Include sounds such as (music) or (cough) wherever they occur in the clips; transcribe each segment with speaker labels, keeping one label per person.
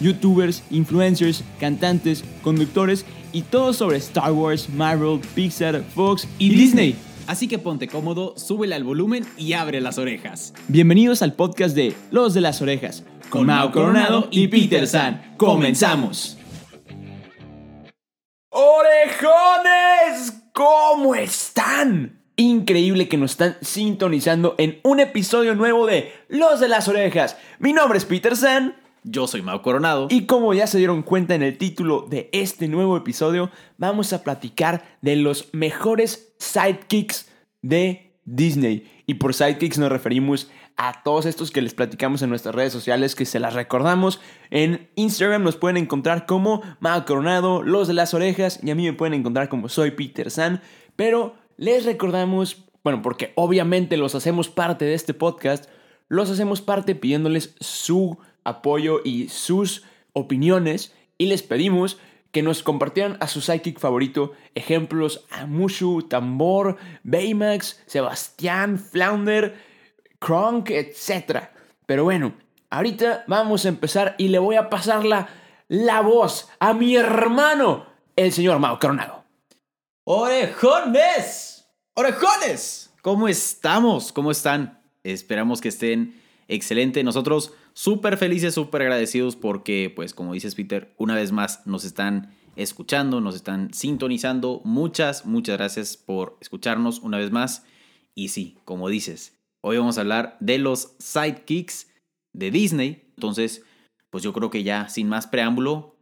Speaker 1: youtubers, influencers, cantantes, conductores y todo sobre Star Wars, Marvel, Pixar, Fox y, Disney.
Speaker 2: Así que ponte cómodo, súbele al volumen y abre las orejas.
Speaker 1: Bienvenidos al podcast de Los de las Orejas con Mao Coronado y Peter San. Comenzamos. Orejones, ¿cómo están? Increíble que nos están sintonizando en un episodio nuevo de Los de las Orejas. Mi nombre es Peter San.
Speaker 2: Yo soy Mau Coronado.
Speaker 1: Y como ya se dieron cuenta en el título de este nuevo episodio, vamos a platicar de los mejores sidekicks de Disney. Y por sidekicks nos referimos a todos estos que les platicamos en nuestras redes sociales, que se las recordamos. En Instagram nos pueden encontrar como Mao Coronado, Los de las Orejas, y a mí me pueden encontrar como Soy Peter San. Pero les recordamos, bueno, porque obviamente los hacemos parte de este podcast, los hacemos parte pidiéndoles su apoyo y sus opiniones y les pedimos que nos compartieran a su psychic favorito ejemplos a Mushu, Tambor, Baymax, Sebastián, Flounder, Kronk, etc. Pero bueno, ahorita vamos a empezar y le voy a pasar la, la voz a mi hermano, el señor Mao Coronado.
Speaker 2: ¡Orejones! ¡Orejones! ¿Cómo estamos? ¿Cómo están? Esperamos que estén excelente. Nosotros súper felices, súper agradecidos porque, pues, como dices Peter, una vez más nos están escuchando, nos están sintonizando. Muchas, muchas gracias por escucharnos una vez más. Y sí, como dices, hoy vamos a hablar de los sidekicks de Disney. Entonces, pues yo creo que ya sin más preámbulo,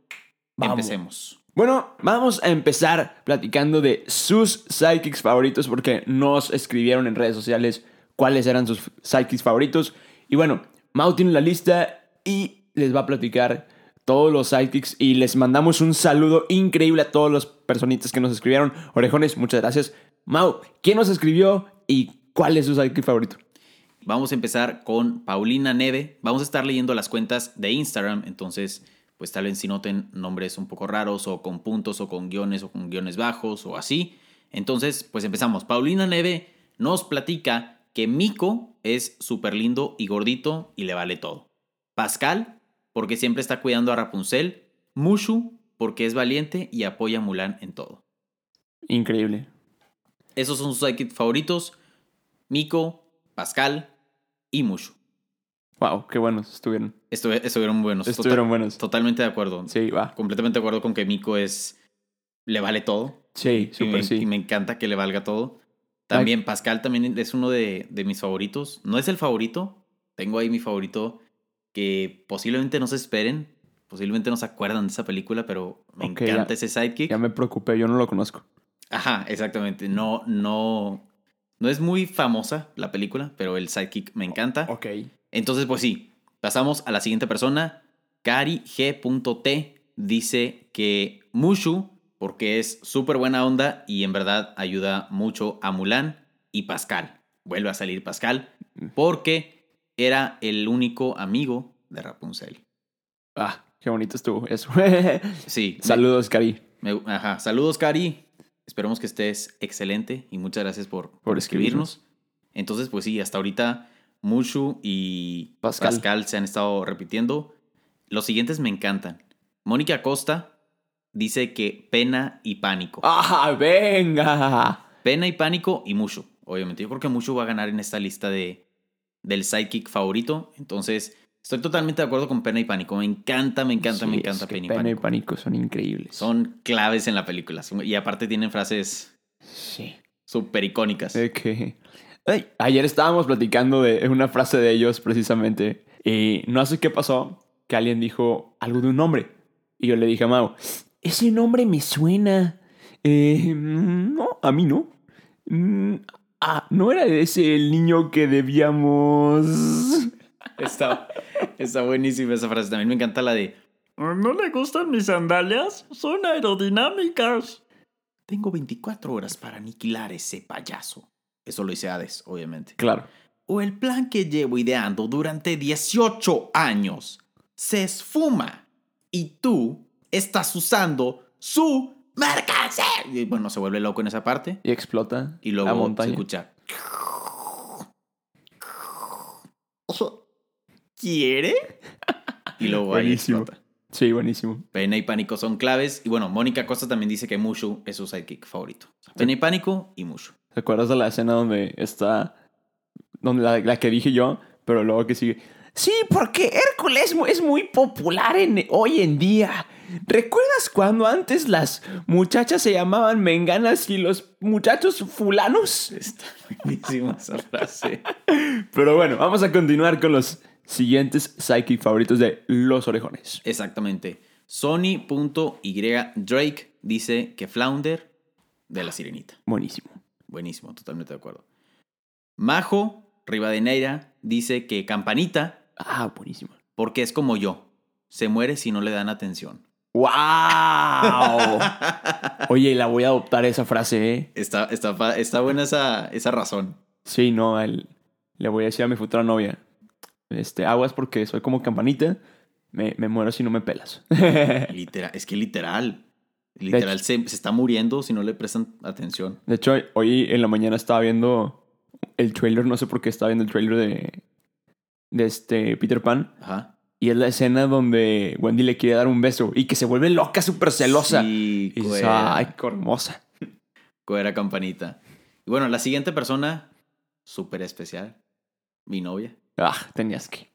Speaker 1: Vamos.
Speaker 2: empecemos.
Speaker 1: Bueno, vamos a empezar platicando de sus psychics favoritos porque nos escribieron en redes sociales cuáles eran sus psychics favoritos. Y bueno, Mau tiene la lista y les va a platicar todos los psychics y les mandamos un saludo increíble a todos los personitas que nos escribieron. Orejones, muchas gracias. Mau, ¿quién nos escribió y cuál es su psychic favorito?
Speaker 2: Vamos a empezar con Paulina Neve. Vamos a estar leyendo las cuentas de Instagram, entonces pues tal vez si noten nombres un poco raros o con puntos o con guiones o con guiones bajos o así. Entonces pues empezamos. Paulina Neve nos platica que Mico es súper lindo y gordito y le vale todo. Pascal porque siempre está cuidando a Rapunzel. Mushu porque es valiente y apoya a Mulan en todo.
Speaker 1: Increíble.
Speaker 2: Esos son sus sidekicks favoritos. Mico, Pascal y Mushu.
Speaker 1: Wow, qué buenos estuvieron.
Speaker 2: Estu- estuvieron buenos. Tota-
Speaker 1: Estuvieron buenos.
Speaker 2: totalmente de acuerdo.
Speaker 1: Sí, va.
Speaker 2: Completamente de acuerdo con que Miko es. Le vale todo.
Speaker 1: Sí,
Speaker 2: y, me,
Speaker 1: súper
Speaker 2: y
Speaker 1: sí.
Speaker 2: me encanta que le valga todo. También Pascal también es uno de, de mis favoritos. No es el favorito. Tengo ahí mi favorito que posiblemente no se esperen. Posiblemente no se acuerdan de esa película, pero me
Speaker 1: Ok,
Speaker 2: encanta
Speaker 1: ya-
Speaker 2: ese sidekick.
Speaker 1: Ya me preocupé, yo no lo conozco.
Speaker 2: Ajá, exactamente. No, no. No es muy famosa la película, pero el sidekick me encanta.
Speaker 1: Ok.
Speaker 2: Entonces, pues sí, pasamos a la siguiente persona. Cari G.T dice que Mushu, porque es súper buena onda y en verdad ayuda mucho a Mulan y Pascal. Vuelve a salir Pascal, porque era el único amigo de Rapunzel.
Speaker 1: Ah, qué bonito estuvo eso. (laughs)
Speaker 2: Sí. me-
Speaker 1: Saludos, Cari,
Speaker 2: me- ajá. Saludos, Cari. Esperemos que estés excelente y muchas gracias por,
Speaker 1: por escribirnos.
Speaker 2: escribirnos. Entonces, pues sí, hasta ahorita Mushu y
Speaker 1: Pascal.
Speaker 2: Pascal, se han estado repitiendo. Los siguientes me encantan. Mónica Costa dice que pena y pánico.
Speaker 1: ¡Ah, venga!
Speaker 2: Pena y pánico y Mushu, obviamente. Yo creo que Mushu va a ganar en esta lista de, del sidekick favorito. Entonces, estoy totalmente de acuerdo con pena y pánico. Me encanta, me encanta, me
Speaker 1: Sí,
Speaker 2: encanta
Speaker 1: es que
Speaker 2: pena y
Speaker 1: Pena
Speaker 2: pánico.
Speaker 1: son increíbles.
Speaker 2: Son claves en la película. Son- Y aparte tienen frases
Speaker 1: Sí.
Speaker 2: súper icónicas. (laughs)
Speaker 1: Es que- Ay, ayer estábamos platicando de una frase de ellos precisamente. Y no sé qué pasó, que alguien dijo algo de un nombre. Y yo le dije a Mau, ese nombre me suena. Eh, mm, no, a mí no. Mm, Ah, no era ese el niño que debíamos...
Speaker 2: Está, está buenísima esa frase. También me encanta la de
Speaker 3: ¿No le gustan mis sandalias? Son aerodinámicas.
Speaker 2: Tengo 24 horas para aniquilar ese payaso. Eso lo dice Hades, obviamente.
Speaker 1: Claro.
Speaker 2: O el plan que llevo ideando durante 18 años se esfuma y tú estás usando su mercancía. Y bueno, se vuelve loco en esa parte
Speaker 1: Y explota
Speaker 2: y
Speaker 1: la
Speaker 2: luego se (laughs)
Speaker 1: montaña.
Speaker 2: escucha.
Speaker 3: ¿Quiere?
Speaker 2: Y luego ahí
Speaker 1: Buenísimo.
Speaker 2: explota.
Speaker 1: Sí, buenísimo.
Speaker 2: Pena y pánico son claves. Y bueno, Mónica Costa también dice que Mushu es su sidekick favorito. O sea, pena y pánico y Mushu.
Speaker 1: ¿Te acuerdas de la escena donde está. donde la, la que dije yo, pero luego que sigue. Sí, porque Hércules mu- es muy popular en, hoy en día. ¿Recuerdas cuando antes las muchachas se llamaban menganas y los muchachos fulanos?
Speaker 2: Está (laughs) buenísima esa frase.
Speaker 1: Pero bueno, vamos a continuar con los siguientes psychic favoritos de Los Orejones.
Speaker 2: Exactamente. Sony.y Drake dice que Flounder de la sirenita.
Speaker 1: Buenísimo.
Speaker 2: Buenísimo, totalmente de acuerdo. Majo Rivadeneira dice que Campanita,
Speaker 1: Ah, buenísimo.
Speaker 2: porque es como yo, se muere si no le dan atención.
Speaker 1: ¡Wow! Oye, la voy a adoptar esa frase, ¿eh?
Speaker 2: Está, está, fa- está buena esa, esa (laughs) razón.
Speaker 1: Sí, no, el- le voy a decir a mi futura novia. Este, aguas porque soy como campanita. Me, me muero si no me pelas. De
Speaker 2: Literal, es que literal. Literal, se, se está muriendo si no le prestan atención.
Speaker 1: hecho, hoy en la mañana estaba viendo el trailer, no sé por qué estaba viendo el trailer de, de este Peter Pan.
Speaker 2: Ajá.
Speaker 1: Y es la escena donde Wendy le quiere dar un beso y que se vuelve loca, súper celosa.
Speaker 2: Sí,
Speaker 1: y dices,
Speaker 2: cuera,
Speaker 1: ay, qué hermosa.
Speaker 2: cuera campanita. Y bueno, la siguiente persona, súper especial, mi novia.
Speaker 1: Ah, tenías que.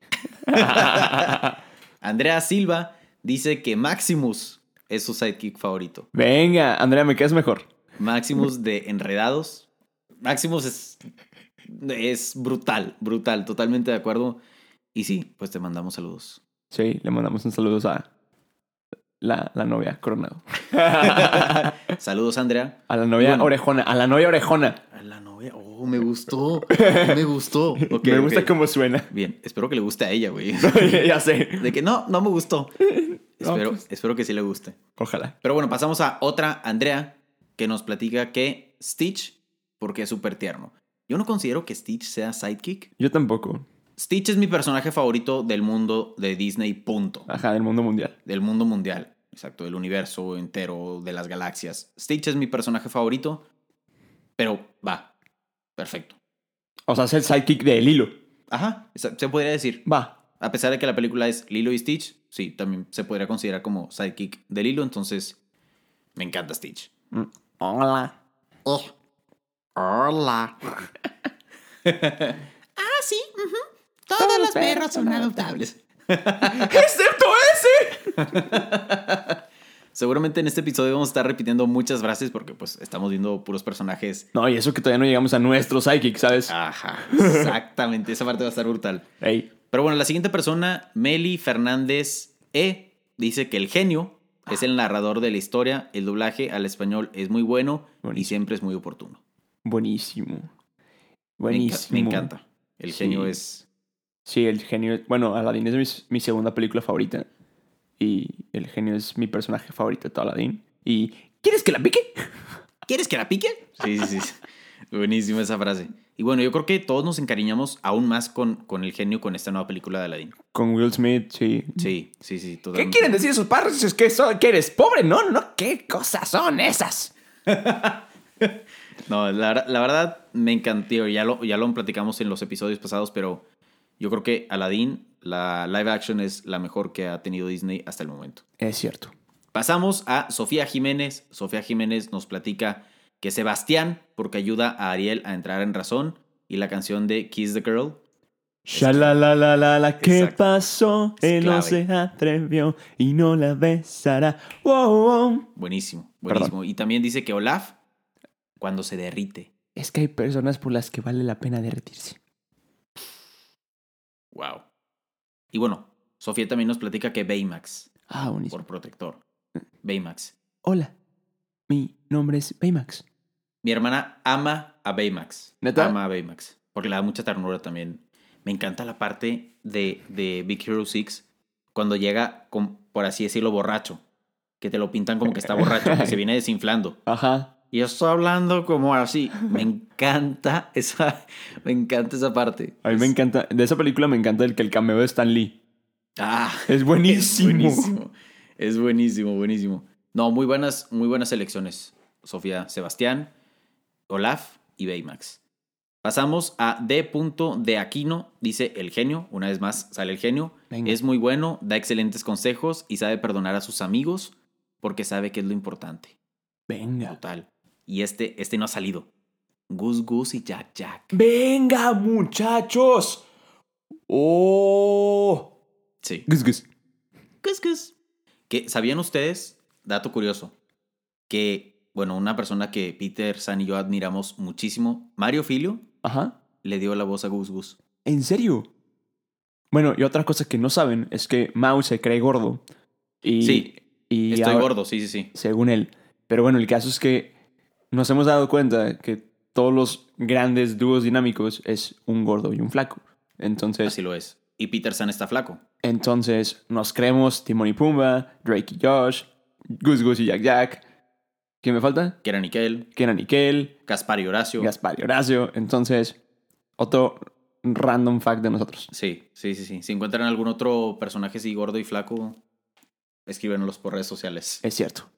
Speaker 2: Andrea Silva dice que Maximus es su sidekick favorito.
Speaker 1: Venga, Andrea, me quedas mejor.
Speaker 2: Maximus de Enredados. Maximus es, es brutal, brutal, totalmente de acuerdo. Y sí, pues te mandamos saludos.
Speaker 1: Sí, le mandamos un saludo a la, la novia Coronado.
Speaker 2: Saludos, Andrea.
Speaker 1: A la novia
Speaker 2: Bueno.
Speaker 1: orejona, a la novia orejona.
Speaker 2: A la novia. Oh, me gustó. Me gustó. (laughs) Ok,
Speaker 1: me gusta
Speaker 2: ok.
Speaker 1: cómo (laughs) suena.
Speaker 2: Bien, espero que le guste a ella, güey. (laughs)
Speaker 1: ya sé.
Speaker 2: De que no, no me
Speaker 1: (laughs)
Speaker 2: gustó. espero,
Speaker 1: pues.
Speaker 2: espero que sí le guste.
Speaker 1: Ojalá.
Speaker 2: Pero bueno, pasamos a otra Andrea que nos platica que Stitch, porque es súper tierno. Yo no considero que Stitch sea sidekick.
Speaker 1: Yo tampoco.
Speaker 2: Stitch es mi personaje favorito del mundo de Disney, punto.
Speaker 1: Ajá, del mundo mundial.
Speaker 2: Del mundo mundial, exacto, del universo entero, de las galaxias. Stitch es mi personaje favorito, pero va, perfecto.
Speaker 1: O sea, es el sidekick de Lilo.
Speaker 2: Ajá, se se podría decir.
Speaker 1: Va.
Speaker 2: A pesar de que la película es Lilo y Stitch, sí, también se podría considerar como sidekick de Lilo, entonces me encanta Stitch.
Speaker 1: Hola.
Speaker 2: Oh. Hola. (laughs) ah, sí. ujú. Todos, los perros son (laughs) adoptables.
Speaker 1: ¡Excepto ese!
Speaker 2: (laughs) Seguramente en este episodio vamos a estar repitiendo muchas frases porque pues estamos viendo puros personajes.
Speaker 1: No, y eso que todavía no llegamos a nuestro sidekick,
Speaker 2: (laughs)
Speaker 1: ¿sabes?
Speaker 2: Ajá, exactamente. Esa parte va a estar brutal.
Speaker 1: Ey.
Speaker 2: Pero bueno, la siguiente persona, Meli Fernández E, dice que el genio es el narrador de la historia, el doblaje al español es muy bueno y
Speaker 1: Buenísimo.
Speaker 2: siempre es muy oportuno.
Speaker 1: Buenísimo.
Speaker 2: Me enca-
Speaker 1: Buenísimo.
Speaker 2: Me, encanta. El
Speaker 1: Sí.
Speaker 2: genio es...
Speaker 1: Sí, el genio. Bueno, Aladdin es mi, s- mi segunda película favorita. Y el genio es mi personaje favorito de todo Aladdin. Y. ¿Quieres que la pique?
Speaker 2: ¿Quieres que la pique? Sí, sí, sí. Buenísima esa frase. Y bueno, yo creo que todos nos encariñamos aún más con, con el genio con esta nueva película de Aladdin.
Speaker 1: Con Will Smith, sí.
Speaker 2: Sí, sí, sí.
Speaker 1: ¿Qué
Speaker 2: totalmente.
Speaker 1: quieren decir esos párrafos? ¿Es que, so- que eres pobre? No, no, ¿qué cosas son esas?
Speaker 2: No, la, ver- la verdad me encantó. Ya lo, ya lo platicamos en los episodios pasados, pero yo creo que Aladdin, la live action, es la mejor que ha tenido Disney hasta el momento.
Speaker 1: Es cierto.
Speaker 2: Pasamos a Sofía Jiménez. Sofía Jiménez nos platica que Sebastián, porque ayuda a Ariel a entrar en razón, y la canción de Kiss the Girl.
Speaker 1: Shalalalalala, ¿qué
Speaker 2: Exacto.
Speaker 1: pasó?
Speaker 2: Es
Speaker 1: Él no
Speaker 2: clave.
Speaker 1: se atrevió y no la besará. Wow, wow.
Speaker 2: Buenísimo, buenísimo. Y también dice que Olaf, cuando se derrite.
Speaker 1: Es que hay personas por las que vale la pena derretirse.
Speaker 2: Wow. Y bueno, Sofía también nos platica que Baymax,
Speaker 1: Ah, buenísimo.
Speaker 2: por protector. Baymax.
Speaker 1: Hola, mi nombre es Baymax.
Speaker 2: Mi hermana ama a Baymax.
Speaker 1: ¿Neta?
Speaker 2: Ama a Baymax. Porque le da mucha ternura también. Me encanta la parte de, de Big Hero 6 cuando llega con por así decirlo, borracho. Que te lo pintan como que está borracho,
Speaker 1: (laughs)
Speaker 2: que se viene desinflando.
Speaker 1: Ajá.
Speaker 2: Y yo estoy hablando como así. Me encanta esa, (laughs) me encanta esa parte.
Speaker 1: A mí me encanta, de esa película me encanta el que el cameo de Stan Lee.
Speaker 2: Ah,
Speaker 1: Es buenísimo.
Speaker 2: Es buenísimo. Es buenísimo, buenísimo. No, muy buenas, muy buenas elecciones. Sofía Sebastián, Olaf y Baymax. Pasamos a D. de Aquino, dice el genio. Una vez más sale el genio.
Speaker 1: Venga.
Speaker 2: Es muy bueno, da excelentes consejos y sabe perdonar a sus amigos porque sabe que es lo importante.
Speaker 1: Venga.
Speaker 2: Total. Y este, este no ha salido. Gus Gus y Jack Jack.
Speaker 1: Venga, muchachos. Oh.
Speaker 2: Sí.
Speaker 1: Gus, gus.
Speaker 2: Cus, cus. Que, ¿Sabían ustedes, dato curioso, que, bueno, una persona que Peter, San y yo admiramos muchísimo, Mario Filio,
Speaker 1: Ajá.
Speaker 2: le dio la voz a Gus Gus?
Speaker 1: ¿En serio? Bueno, y otra cosa que no saben es que Mao se cree gordo. Y,
Speaker 2: Sí,
Speaker 1: y
Speaker 2: Estoy
Speaker 1: ahora-
Speaker 2: gordo, sí, sí, sí.
Speaker 1: Según él. Pero bueno, el caso es que nos hemos dado cuenta que todos los grandes dúos dinámicos es un gordo y un flaco. Entonces,
Speaker 2: Así lo es. Y Peter San está flaco.
Speaker 1: entonces nos creemos Timon y Pumba, Drake y Josh, Gus Gus y Jack Jack. ¿Quién me falta?
Speaker 2: Que era Nickel,
Speaker 1: Kenan y Kel,
Speaker 2: Gaspar y Horacio.
Speaker 1: Gaspar y Horacio. Entonces, otro random fact de nosotros.
Speaker 2: sí, sí, sí, sí. Si encuentran algún otro personaje así gordo y flaco, escríbenos por redes sociales.
Speaker 1: Es cierto.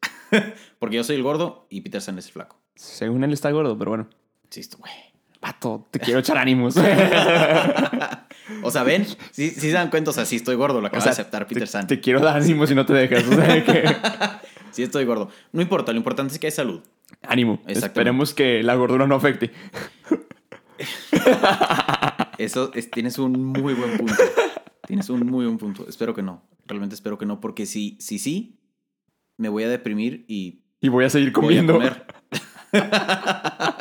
Speaker 2: Porque yo soy el gordo y Peter San es el flaco.
Speaker 1: Según él está gordo, pero bueno.
Speaker 2: Sí, esto, güey.
Speaker 1: Pato, te quiero
Speaker 2: (laughs)
Speaker 1: echar ánimos.
Speaker 2: O sea, ven, sí, sí se dan cuenta, o sea, sí estoy gordo, lo acaba de aceptar Peter
Speaker 1: te,
Speaker 2: San.
Speaker 1: te quiero dar ánimos y no te dejas. o
Speaker 2: (laughs)
Speaker 1: sea que-
Speaker 2: Sí, estoy gordo. No importa, lo importante es que hay salud.
Speaker 1: ánimo.
Speaker 2: Exactamente.
Speaker 1: Esperemos que la gordura no afecte.
Speaker 2: Eso es- tienes un muy buen punto. Tienes un muy buen punto. Espero que no. Realmente espero que no, porque si sí, si, sí, me voy a deprimir y
Speaker 1: Y voy a seguir
Speaker 2: voy a
Speaker 1: comiendo.
Speaker 2: comer.
Speaker 1: (laughs)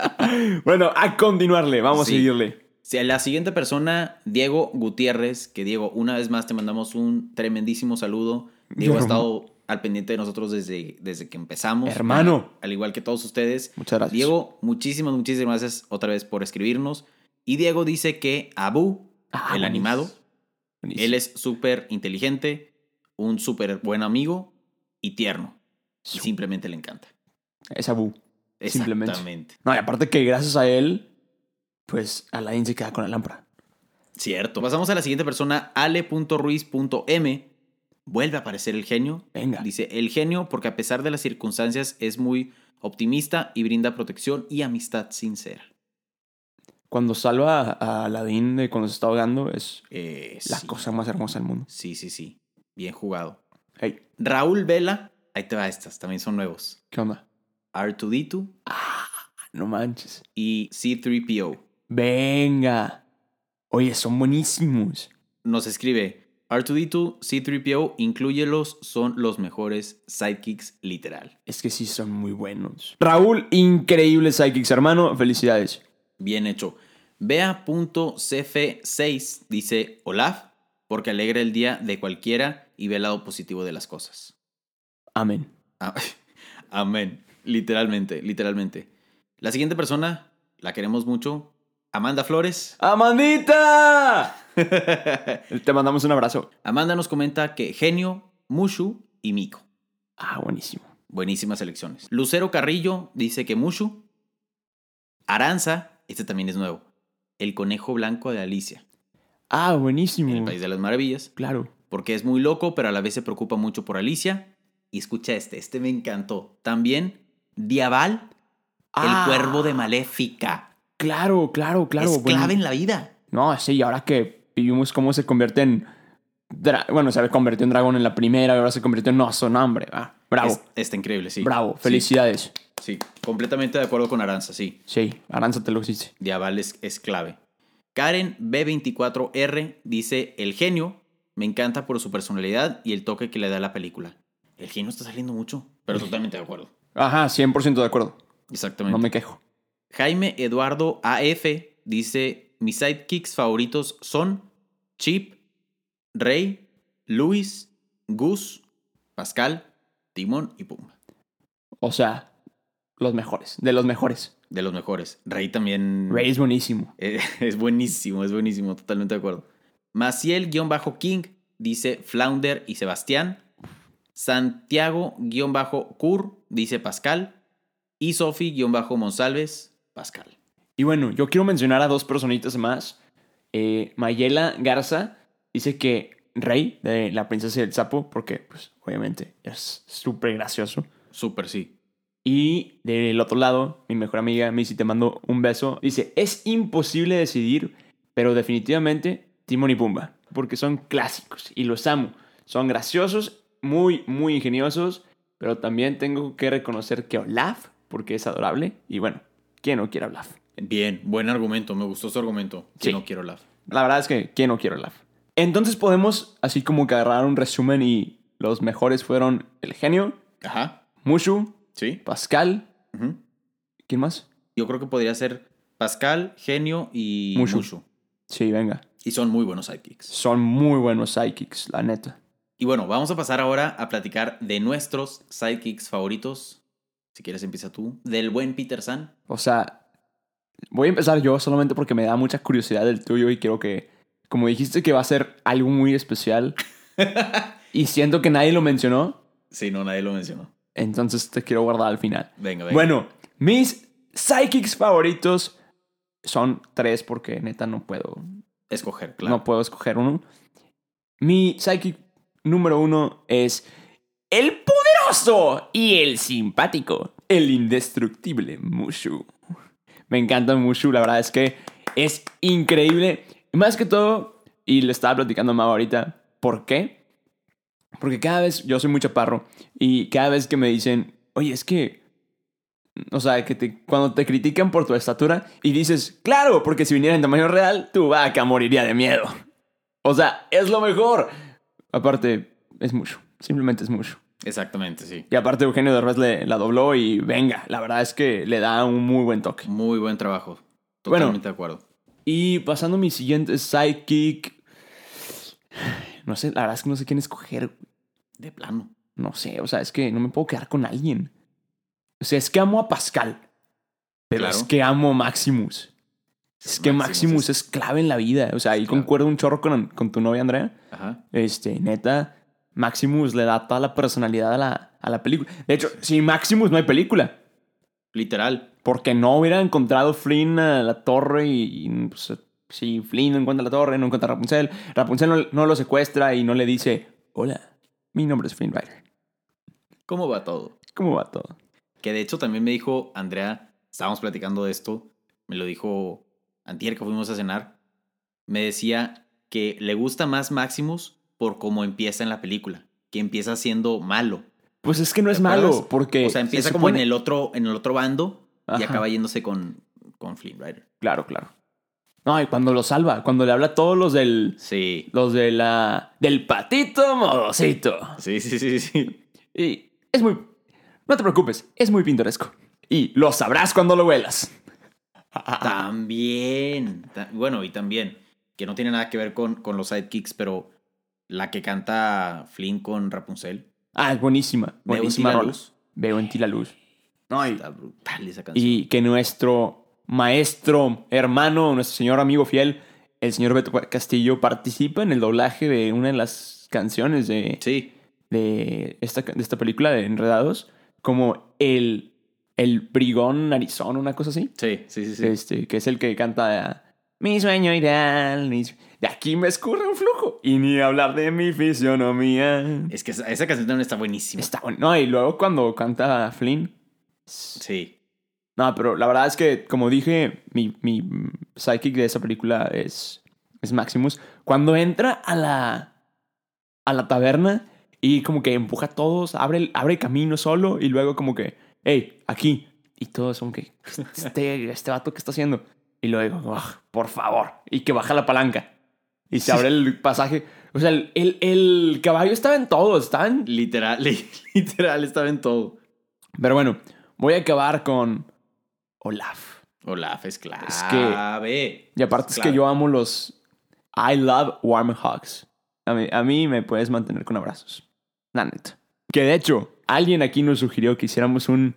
Speaker 1: Bueno, a continuarle. Vamos
Speaker 2: Sí.
Speaker 1: a seguirle.
Speaker 2: Si a La siguiente persona, Diego Gutiérrez, que Diego, una vez más te mandamos un tremendísimo saludo. Diego ha
Speaker 1: Hermano.
Speaker 2: estado al pendiente de nosotros desde, desde que empezamos.
Speaker 1: (laughs) Hermano.
Speaker 2: Al igual que todos ustedes.
Speaker 1: Muchas gracias.
Speaker 2: Diego, muchísimas, muchísimas gracias otra vez por escribirnos. Y Diego dice que Abu,
Speaker 1: Ah,
Speaker 2: el
Speaker 1: buenísimo.
Speaker 2: animado,
Speaker 1: Buenísimo.
Speaker 2: Él es súper inteligente, un súper buen amigo y tierno. Y simplemente le encanta.
Speaker 1: Es Abu. Simplemente.
Speaker 2: Exactamente.
Speaker 1: No, y aparte que gracias a él, pues Alain se queda con la lámpara.
Speaker 2: Cierto. Pasamos a la siguiente persona, ale.ruiz.m. Vuelve a aparecer el genio.
Speaker 1: Venga.
Speaker 2: Dice, el genio porque a pesar de las circunstancias es muy optimista y brinda protección y amistad sincera.
Speaker 1: Cuando salva a a Aladdin de cuando se está ahogando, es
Speaker 2: Eh,
Speaker 1: la
Speaker 2: sí.
Speaker 1: cosa más hermosa del mundo.
Speaker 2: Sí, sí, sí. Bien jugado.
Speaker 1: Hey,
Speaker 2: Raúl Vela. Ahí te va estas, también son nuevos.
Speaker 1: ¿qué onda? Ah,
Speaker 2: R2D2
Speaker 1: No manches.
Speaker 2: y C3PO.
Speaker 1: Venga. Oye, son buenísimos.
Speaker 2: nos escribe R2D2, C3PO, incluyelos, son los mejores sidekicks literal.
Speaker 1: Es que sí son muy buenos. Raúl, increíble Psychics, hermano. Felicidades.
Speaker 2: Bien hecho. Bea.cf6 dice Olaf, porque alegra el día de cualquiera y ve el lado positivo de las cosas.
Speaker 1: Amén.
Speaker 2: Ah, (laughs) Amén. Literalmente, literalmente. La siguiente persona, la queremos mucho, Amanda Flores. (laughs)
Speaker 1: ¡Amandita! Te mandamos un abrazo.
Speaker 2: Amanda nos comenta que Genio, Mushu y Miko.
Speaker 1: Ah, buenísimo.
Speaker 2: Buenísimas elecciones. Lucero Carrillo dice que Mushu. Aranza, este también es nuevo. El conejo blanco de Alicia,
Speaker 1: Ah,
Speaker 2: en el
Speaker 1: buenísimo.
Speaker 2: País de las Maravillas,
Speaker 1: Claro.
Speaker 2: porque es muy loco, pero a la vez se preocupa mucho por Alicia. Y escucha este, este me encantó. También Diabal,
Speaker 1: Ah,
Speaker 2: el cuervo de Maléfica.
Speaker 1: Claro, claro, claro.
Speaker 2: es
Speaker 1: bueno.
Speaker 2: clave en la vida.
Speaker 1: No, sí, ahora que vimos cómo se convierte en. dra- Bueno, se convirtió en dragón en la primera y ahora se convirtió en oso. No, hombre. va. Bravo,
Speaker 2: Es- está increíble, sí.
Speaker 1: bravo.
Speaker 2: Sí,
Speaker 1: Felicidades.
Speaker 2: Sí, completamente de acuerdo con Aranza, sí.
Speaker 1: Sí, Aranza te lo hiciste.
Speaker 2: Diabal es, es clave. Karen B24R dice, el genio me encanta por su personalidad y el toque que le da a la película. El genio está saliendo mucho, pero totalmente de acuerdo.
Speaker 1: Ajá, 100% de acuerdo.
Speaker 2: Exactamente.
Speaker 1: No me quejo.
Speaker 2: Jaime Eduardo AF dice, mis sidekicks favoritos son Chip, Rey, Luis, Gus, Pascal, Timón y Pumba.
Speaker 1: O sea, los mejores, de los mejores.
Speaker 2: De los mejores. Rey también...
Speaker 1: Rey es buenísimo.
Speaker 2: Eh, (laughs) Es buenísimo, es buenísimo, totalmente de acuerdo. Maciel-King dice Flounder y Sebastián. Santiago-Cur, dice Pascal. Y Sofi-Monsalves, Pascal.
Speaker 1: Y bueno, yo quiero mencionar a dos personitas más. Eh, Mayela Garza dice que Rey de La Princesa y el Sapo, porque pues obviamente es súper gracioso.
Speaker 2: Súper, sí.
Speaker 1: Y del otro lado, mi mejor amiga Missy te mando un beso. Dice, es imposible decidir, pero definitivamente Timón y Pumba, porque son clásicos y los amo. Son graciosos, muy, muy ingeniosos, pero también tengo que reconocer que Olaf, porque es adorable, y bueno, ¿quién no quiere Olaf?
Speaker 2: Bien, buen argumento. Me gustó su argumento. Que
Speaker 1: Sí.
Speaker 2: no quiero Olaf.
Speaker 1: La verdad es que ¿quién no quiere Olaf? Entonces podemos así como que agarrar un resumen y los mejores fueron El Genio,
Speaker 2: Ajá.
Speaker 1: Mushu,
Speaker 2: Sí.
Speaker 1: Pascal,
Speaker 2: Ujú.
Speaker 1: ¿quién más?
Speaker 2: Yo creo que podría ser Pascal, Genio y Mushu.
Speaker 1: Mushu. Sí, venga.
Speaker 2: Y son muy buenos sidekicks.
Speaker 1: Son muy buenos sidekicks, la neta.
Speaker 2: Y bueno, vamos a pasar ahora a platicar de nuestros sidekicks favoritos. Si quieres, empieza tú. Del buen Peter San.
Speaker 1: O sea, voy a empezar yo solamente porque me da mucha curiosidad el tuyo y quiero que, como dijiste que va a ser algo muy especial y siento que nadie lo mencionó,
Speaker 2: Sí, no, nadie lo mencionó.
Speaker 1: entonces te quiero guardar al final.
Speaker 2: Venga, venga.
Speaker 1: Bueno, mis psychics favoritos son tres porque neta no puedo,
Speaker 2: Escoger, claro.
Speaker 1: no puedo escoger uno. Mi psychic número uno es el poderoso y el simpático, el indestructible Mushu. Me encanta Mushu, la verdad es que es increíble. Más que todo, y le estaba platicando a Mau ahorita, ¿por qué? Porque cada vez, yo soy muy chaparro, y cada vez que me dicen, oye, es que, o sea, que te- cuando te critican por tu estatura, y dices, claro, porque si viniera en tamaño real, tu vaca moriría de miedo. O sea, es lo mejor. Aparte, es mucho, simplemente es mucho.
Speaker 2: Exactamente, sí.
Speaker 1: Y aparte Eugenio Derbez le, la dobló y venga, la verdad es que le da un muy buen toque.
Speaker 2: Muy buen trabajo.
Speaker 1: Bueno.
Speaker 2: Totalmente de acuerdo.
Speaker 1: Y pasando a mi siguiente sidekick. (sighs) No sé, la verdad es que no sé quién escoger. güey.
Speaker 2: De plano.
Speaker 1: No sé, o sea, es que no me puedo quedar con alguien. O sea, es que amo a Pascal. Pero
Speaker 2: Claro.
Speaker 1: es que amo a Maximus. Es que Maximus es, clave en la vida. O sea, ahí
Speaker 2: clave.
Speaker 1: concuerdo un chorro con, con tu novia, Andrea.
Speaker 2: Ajá.
Speaker 1: Este, neta, Maximus le da toda la personalidad a la, a la película. De hecho, sin Maximus no hay película.
Speaker 2: Literal.
Speaker 1: Porque no hubiera encontrado Flynn a la torre y, y, pues, si Flynn no encuentra la torre, no encuentra a Rapunzel, Rapunzel no, no lo secuestra y no le dice, hola, mi nombre es Flynn Rider.
Speaker 2: ¿Cómo va todo?
Speaker 1: ¿Cómo va todo?
Speaker 2: Que de hecho también me dijo Andrea, estábamos platicando de esto, me lo dijo antier que fuimos a cenar, me decía que le gusta más Maximus por cómo empieza en la película, que empieza siendo malo.
Speaker 1: Pues es que no
Speaker 2: ¿Te
Speaker 1: es malo,
Speaker 2: acuerdas?
Speaker 1: porque...
Speaker 2: o sea,
Speaker 1: se
Speaker 2: empieza como en
Speaker 1: supone-
Speaker 2: el otro, en el otro bando y
Speaker 1: Ajá.
Speaker 2: acaba yéndose con, con Flynn Rider.
Speaker 1: Claro, claro. No, y cuando lo salva, cuando le habla a todos los del...
Speaker 2: Sí.
Speaker 1: Los de la... Del patito modosito.
Speaker 2: Sí, sí, sí, sí.
Speaker 1: Y es muy... No te preocupes, es muy pintoresco. Y lo sabrás cuando lo huelas.
Speaker 2: (laughs)
Speaker 1: Ah,
Speaker 2: También. ta- bueno, y también, que no tiene nada que ver con, con los sidekicks, pero la que canta Flynn con Rapunzel.
Speaker 1: Ah, es buenísima.
Speaker 2: Veo en ti
Speaker 1: Buenísima
Speaker 2: la
Speaker 1: rola.
Speaker 2: luz.
Speaker 1: Veo en ti la luz.
Speaker 2: Está brutal esa canción.
Speaker 1: Y que nuestro maestro, hermano, nuestro señor amigo fiel, el señor Beto Castillo, participa en el doblaje de una de las canciones de,
Speaker 2: Sí,
Speaker 1: de, esta, de esta película de Enredados, como el, el brigón narizón, una cosa así.
Speaker 2: sí, sí, sí. sí.
Speaker 1: Este, que es el que canta Mi sueño ideal. mi sue-". De aquí me escurre un flujo. Y ni hablar de mi fisionomía.
Speaker 2: Es que esa, esa canción también está buenísima.
Speaker 1: Está bueno. No, y luego cuando canta Flynn.
Speaker 2: Sí,
Speaker 1: No, pero la verdad es que, como dije, mi, mi mm, psychic de esa película es, es Maximus. Cuando entra a la, a la taberna y como que empuja a todos, abre, el- abre camino solo y luego como que, hey, aquí. Y todos son que, este, este vato que está haciendo. Y luego, "Ugh, por favor. Y que baja la palanca. Y se abre el pasaje. O sea, el, el- el caballo estaba en todo, estaba en
Speaker 2: literal, (laughs) li- literal, estaba en todo.
Speaker 1: Pero bueno, voy a acabar con Olaf.
Speaker 2: Olaf es clave.
Speaker 1: Es Y aparte es que yo amo los I love warm hugs. A mí, a mí me puedes mantener con abrazos. La neta. Que de hecho, alguien aquí nos sugirió que hiciéramos un,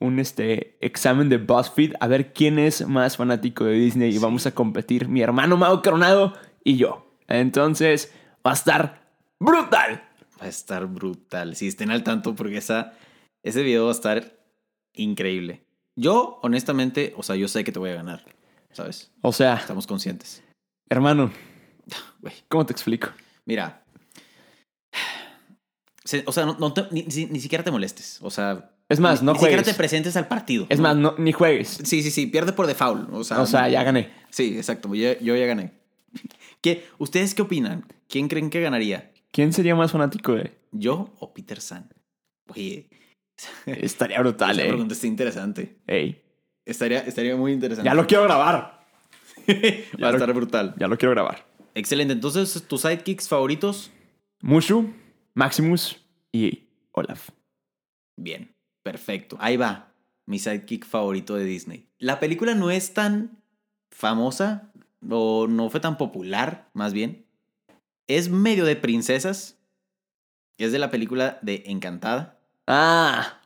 Speaker 1: un este, examen de BuzzFeed a ver quién es más fanático de Disney y vamos a competir mi hermano Mao Coronado y yo. Entonces, va a estar brutal.
Speaker 2: Va a estar brutal. Si estén al tanto, porque esa, ese video va a estar increíble. Yo, honestamente, o sea, yo sé que te voy a ganar. ¿Sabes?
Speaker 1: O sea,
Speaker 2: Estamos conscientes.
Speaker 1: hermano,
Speaker 2: Güey.
Speaker 1: ¿cómo te explico?
Speaker 2: Mira. (sighs) Se- O sea, no, no te- ni, ni- ni siquiera te molestes. O sea.
Speaker 1: Es más,
Speaker 2: ni,
Speaker 1: no
Speaker 2: ni siquiera
Speaker 1: juegues.
Speaker 2: te presentes al partido.
Speaker 1: Es más, no, ni juegues.
Speaker 2: Sí, sí, sí. Pierde por default. O sea,
Speaker 1: O sea, ya gané.
Speaker 2: Sí, exacto. Yo, yo ya gané. ¿Qué, ¿Ustedes qué opinan? ¿Quién creen que ganaría?
Speaker 1: ¿Quién sería más fanático de?
Speaker 2: ¿Yo o Peter San? Oye,
Speaker 1: Estaría brutal,
Speaker 2: esa
Speaker 1: eh.
Speaker 2: pregunta está interesante.
Speaker 1: Ey,
Speaker 2: Estaría, estaría muy interesante.
Speaker 1: ya lo quiero grabar.
Speaker 2: Va
Speaker 1: ya
Speaker 2: a
Speaker 1: lo-
Speaker 2: estar brutal.
Speaker 1: Ya lo quiero grabar.
Speaker 2: Excelente. Entonces, ¿tus sidekicks favoritos?
Speaker 1: Mushu, Maximus y Olaf.
Speaker 2: Bien, perfecto. Ahí va, mi sidekick favorito de Disney. La película no es tan famosa o no fue tan popular, más bien. Es medio de princesas. Es de la película de Encantada.
Speaker 1: Ah,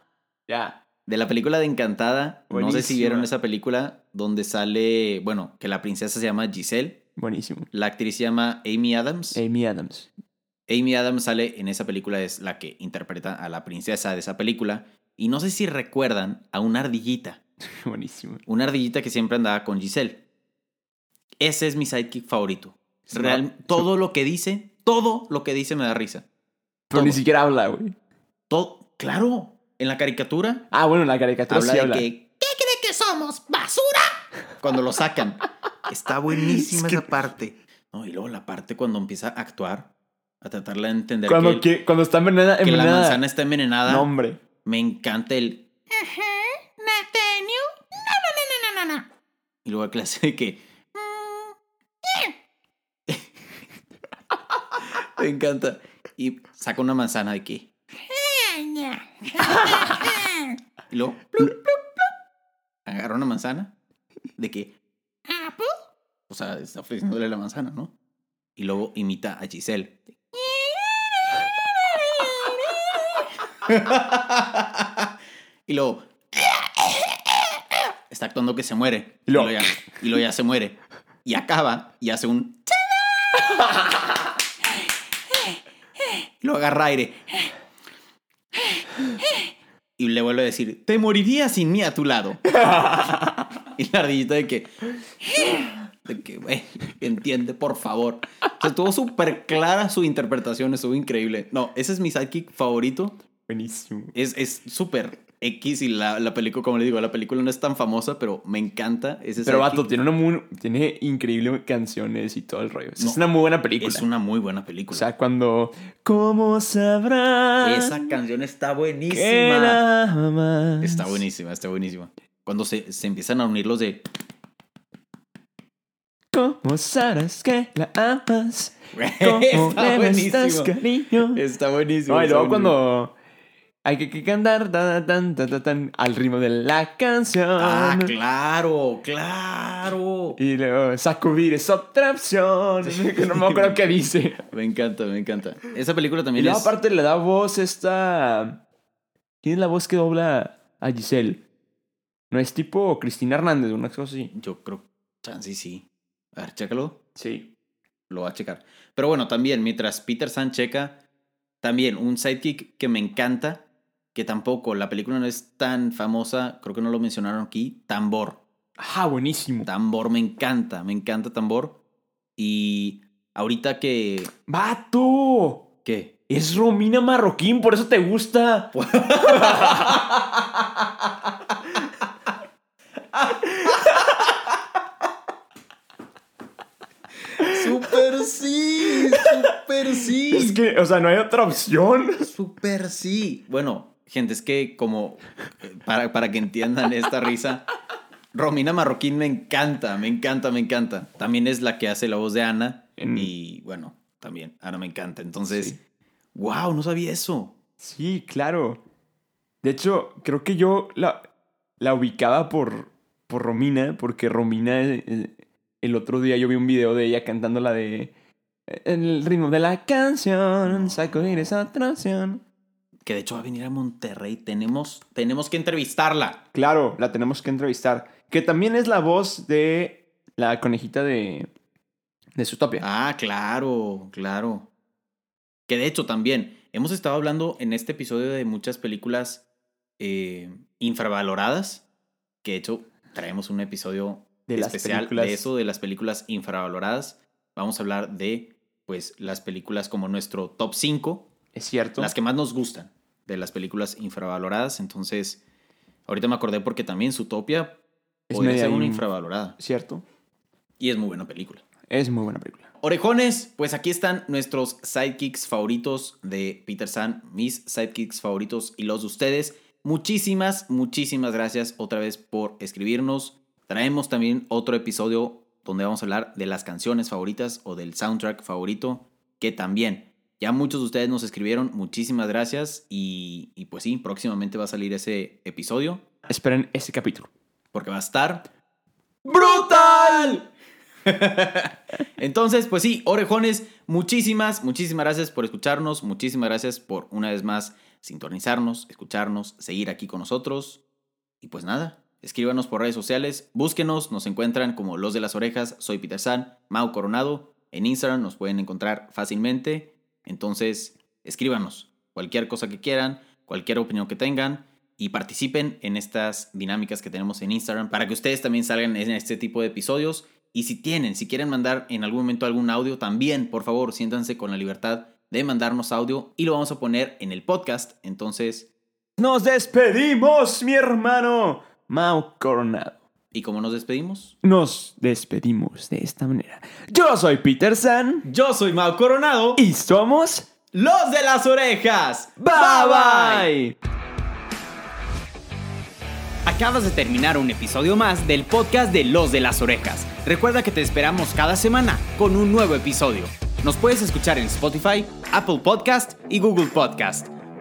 Speaker 1: ya.
Speaker 2: De la película de Encantada, no sé si
Speaker 1: Buenísima.
Speaker 2: vieron esa película donde sale, bueno, que la princesa se llama Giselle,
Speaker 1: Buenísimo.
Speaker 2: la actriz se llama Amy Adams.
Speaker 1: Amy Adams. (laughs)
Speaker 2: Amy Adams sale en esa película, es la que interpreta a la princesa de esa película. Y no sé si recuerdan a una ardillita.
Speaker 1: Buenísimo.
Speaker 2: Una ardillita que siempre andaba con Giselle. Ese es mi sidekick favorito.
Speaker 1: Es
Speaker 2: Real,
Speaker 1: una-
Speaker 2: todo lo que dice, todo lo que dice me da risa.
Speaker 1: Pero
Speaker 2: todo.
Speaker 1: ni siquiera habla, güey.
Speaker 2: Todo, claro, en la caricatura
Speaker 1: Ah, bueno, la caricatura
Speaker 2: habla
Speaker 1: sí
Speaker 2: de
Speaker 1: habla.
Speaker 2: que ¿Qué cree que somos? ¿Basura? Cuando lo sacan. Está buenísima
Speaker 1: (laughs) Es que-
Speaker 2: esa parte. No, y luego la parte cuando empieza a actuar, a tratarla de entender
Speaker 1: Cuando,
Speaker 2: que,
Speaker 1: que, cuando está envenenada.
Speaker 2: que la
Speaker 1: envenenada.
Speaker 2: manzana está envenenada.
Speaker 1: No, hombre.
Speaker 2: Me encanta el. Nathaniel. No, no, no, no, no, no. Y luego clase de que. "Mm, (laughs) Me encanta. Y saca una manzana de aquí. (laughs) Y luego. plup, plup, plup. Agarra una manzana. De que. O sea, está ofreciéndole la manzana, ¿no? Y luego imita a Giselle. (laughs) y luego. Está actuando que se muere.
Speaker 1: Y luego-
Speaker 2: Y luego ya, y luego ya se muere. Y acaba y hace un. Y luego agarra aire. Y le vuelve a decir: Te morirías sin mí a tu
Speaker 1: (laughs)
Speaker 2: lado. Y la ardillita de que. De que, güey, entiende, por favor. O sea, estuvo súper clara su interpretación, estuvo increíble. No, ese es mi sidekick favorito.
Speaker 1: Buenísimo.
Speaker 2: Es es súper X y la, la película, como le digo, la película no es tan famosa, pero me encanta. Ese sidekick.
Speaker 1: Pero vato, tiene una muy, tiene increíble canciones y todo el rollo. O sea,
Speaker 2: No,
Speaker 1: es una muy buena película.
Speaker 2: es una muy buena
Speaker 1: O
Speaker 2: película.
Speaker 1: sea, cuando ¿Cómo sabrás
Speaker 2: Esa canción está
Speaker 1: que
Speaker 2: buenísima.
Speaker 1: la amas?
Speaker 2: Está buenísima, está buenísima. Cuando se, se empiezan a unir los de.
Speaker 1: ¿Cómo sabrás que la amas?
Speaker 2: (laughs)
Speaker 1: ¿Cómo
Speaker 2: está
Speaker 1: le prestas
Speaker 2: buenísimo.
Speaker 1: cariño?
Speaker 2: Está buenísimo.
Speaker 1: No, y
Speaker 2: está buenísimo.
Speaker 1: luego cuando hay que, que cantar ta, ta, ta, ta, tan, al ritmo de la canción.
Speaker 2: Ah, claro, claro.
Speaker 1: Y luego sacudir es otra opción. (laughs) Que no me acuerdo
Speaker 2: (laughs)
Speaker 1: qué dice.
Speaker 2: Me encanta, me encanta. Esa película
Speaker 1: Y
Speaker 2: también
Speaker 1: luego
Speaker 2: es.
Speaker 1: aparte le da voz esta... ¿Quién es la voz que dobla a Giselle? No es tipo Cristina Hernández, una cosa así.
Speaker 2: Yo creo. Chance y sí. A ver, chécalo.
Speaker 1: Sí.
Speaker 2: Lo va a checar. Pero bueno, también, mientras Peter San checa, también un sidekick que me encanta, que tampoco la película no es tan famosa, creo que no lo mencionaron aquí, Tambor.
Speaker 1: Ajá, Ah, buenísimo.
Speaker 2: Tambor me encanta, me encanta Tambor. Y ahorita que...
Speaker 1: ¡Vato!
Speaker 2: ¿Qué?
Speaker 1: Es Romina Marroquín, por eso te gusta.
Speaker 2: ¡Súper sí! ¡Súper (laughs) sí!
Speaker 1: Es que, o sea, no hay otra opción.
Speaker 2: Super sí. Bueno, gente, es que como eh, para, para que entiendan esta risa, Romina Marroquín me encanta, me encanta, me encanta. También es la que hace la voz de Ana
Speaker 1: En-
Speaker 2: y bueno, también Ana me encanta. Entonces,
Speaker 1: Sí.
Speaker 2: wow, no sabía eso.
Speaker 1: Sí, claro. De hecho, creo que yo la, la ubicaba por, por Romina, porque Romina, eh, eh, el otro día yo vi un video de ella cantando la de... eh, El ritmo de la canción, sacudir esa atracción.
Speaker 2: Que de hecho va a venir a Monterrey, tenemos, tenemos que entrevistarla.
Speaker 1: Claro, la tenemos que entrevistar. Que también es la voz de la conejita de... De Zootopia.
Speaker 2: Ah, claro, claro. Ah, Que de hecho también Hemos estado hablando en este episodio de muchas películas eh, infravaloradas, que de hecho traemos un episodio
Speaker 1: De las
Speaker 2: especial
Speaker 1: películas.
Speaker 2: de eso, de las películas infravaloradas. Vamos a hablar de pues las películas como nuestro top 5,
Speaker 1: Es cierto.
Speaker 2: las que más nos gustan de las películas infravaloradas. Entonces, ahorita me acordé porque también Zootopia
Speaker 1: Es
Speaker 2: podría
Speaker 1: media
Speaker 2: ser una
Speaker 1: in-
Speaker 2: infravalorada.
Speaker 1: Cierto.
Speaker 2: Y es muy buena película.
Speaker 1: Es muy buena película.
Speaker 2: Orejones, pues aquí están nuestros sidekicks favoritos de Peter San, mis sidekicks favoritos y los de ustedes. Muchísimas, muchísimas gracias otra vez por escribirnos. Traemos también otro episodio donde vamos a hablar de las canciones favoritas o del soundtrack favorito, que también ya muchos de ustedes nos escribieron. Muchísimas gracias y, y pues sí, próximamente va a salir ese episodio
Speaker 1: Esperen este capítulo.
Speaker 2: porque va a estar brutal. Entonces, pues sí, orejones, muchísimas, muchísimas gracias por escucharnos, muchísimas gracias por una vez más sintonizarnos, escucharnos, seguir aquí con nosotros. Y pues nada, escríbanos por redes sociales, búsquenos, nos encuentran como Los de las Orejas, soy Peter San, Mau Coronado, en Instagram nos pueden encontrar fácilmente. Entonces, escríbanos cualquier cosa que quieran, cualquier opinión que tengan y participen en estas dinámicas que tenemos en Instagram para que ustedes también salgan en este tipo de episodios. Y si tienen, si quieren mandar en algún momento algún audio, también, por favor, siéntanse con la libertad de mandarnos audio y lo vamos a poner en el podcast. Entonces,
Speaker 1: Nos despedimos, mi hermano. Mau Coronado.
Speaker 2: ¿y cómo nos despedimos?
Speaker 1: Nos despedimos de esta manera. Yo soy Peter San
Speaker 2: Yo soy Mau Coronado y
Speaker 1: y somos
Speaker 2: los de las orejas.
Speaker 1: Bye Bye. bye.
Speaker 2: Acabas de terminar un episodio más del podcast de Los de las Orejas. Recuerda que te esperamos cada semana con un nuevo episodio. Nos puedes escuchar en Spotify, Apple Podcast y Google Podcast.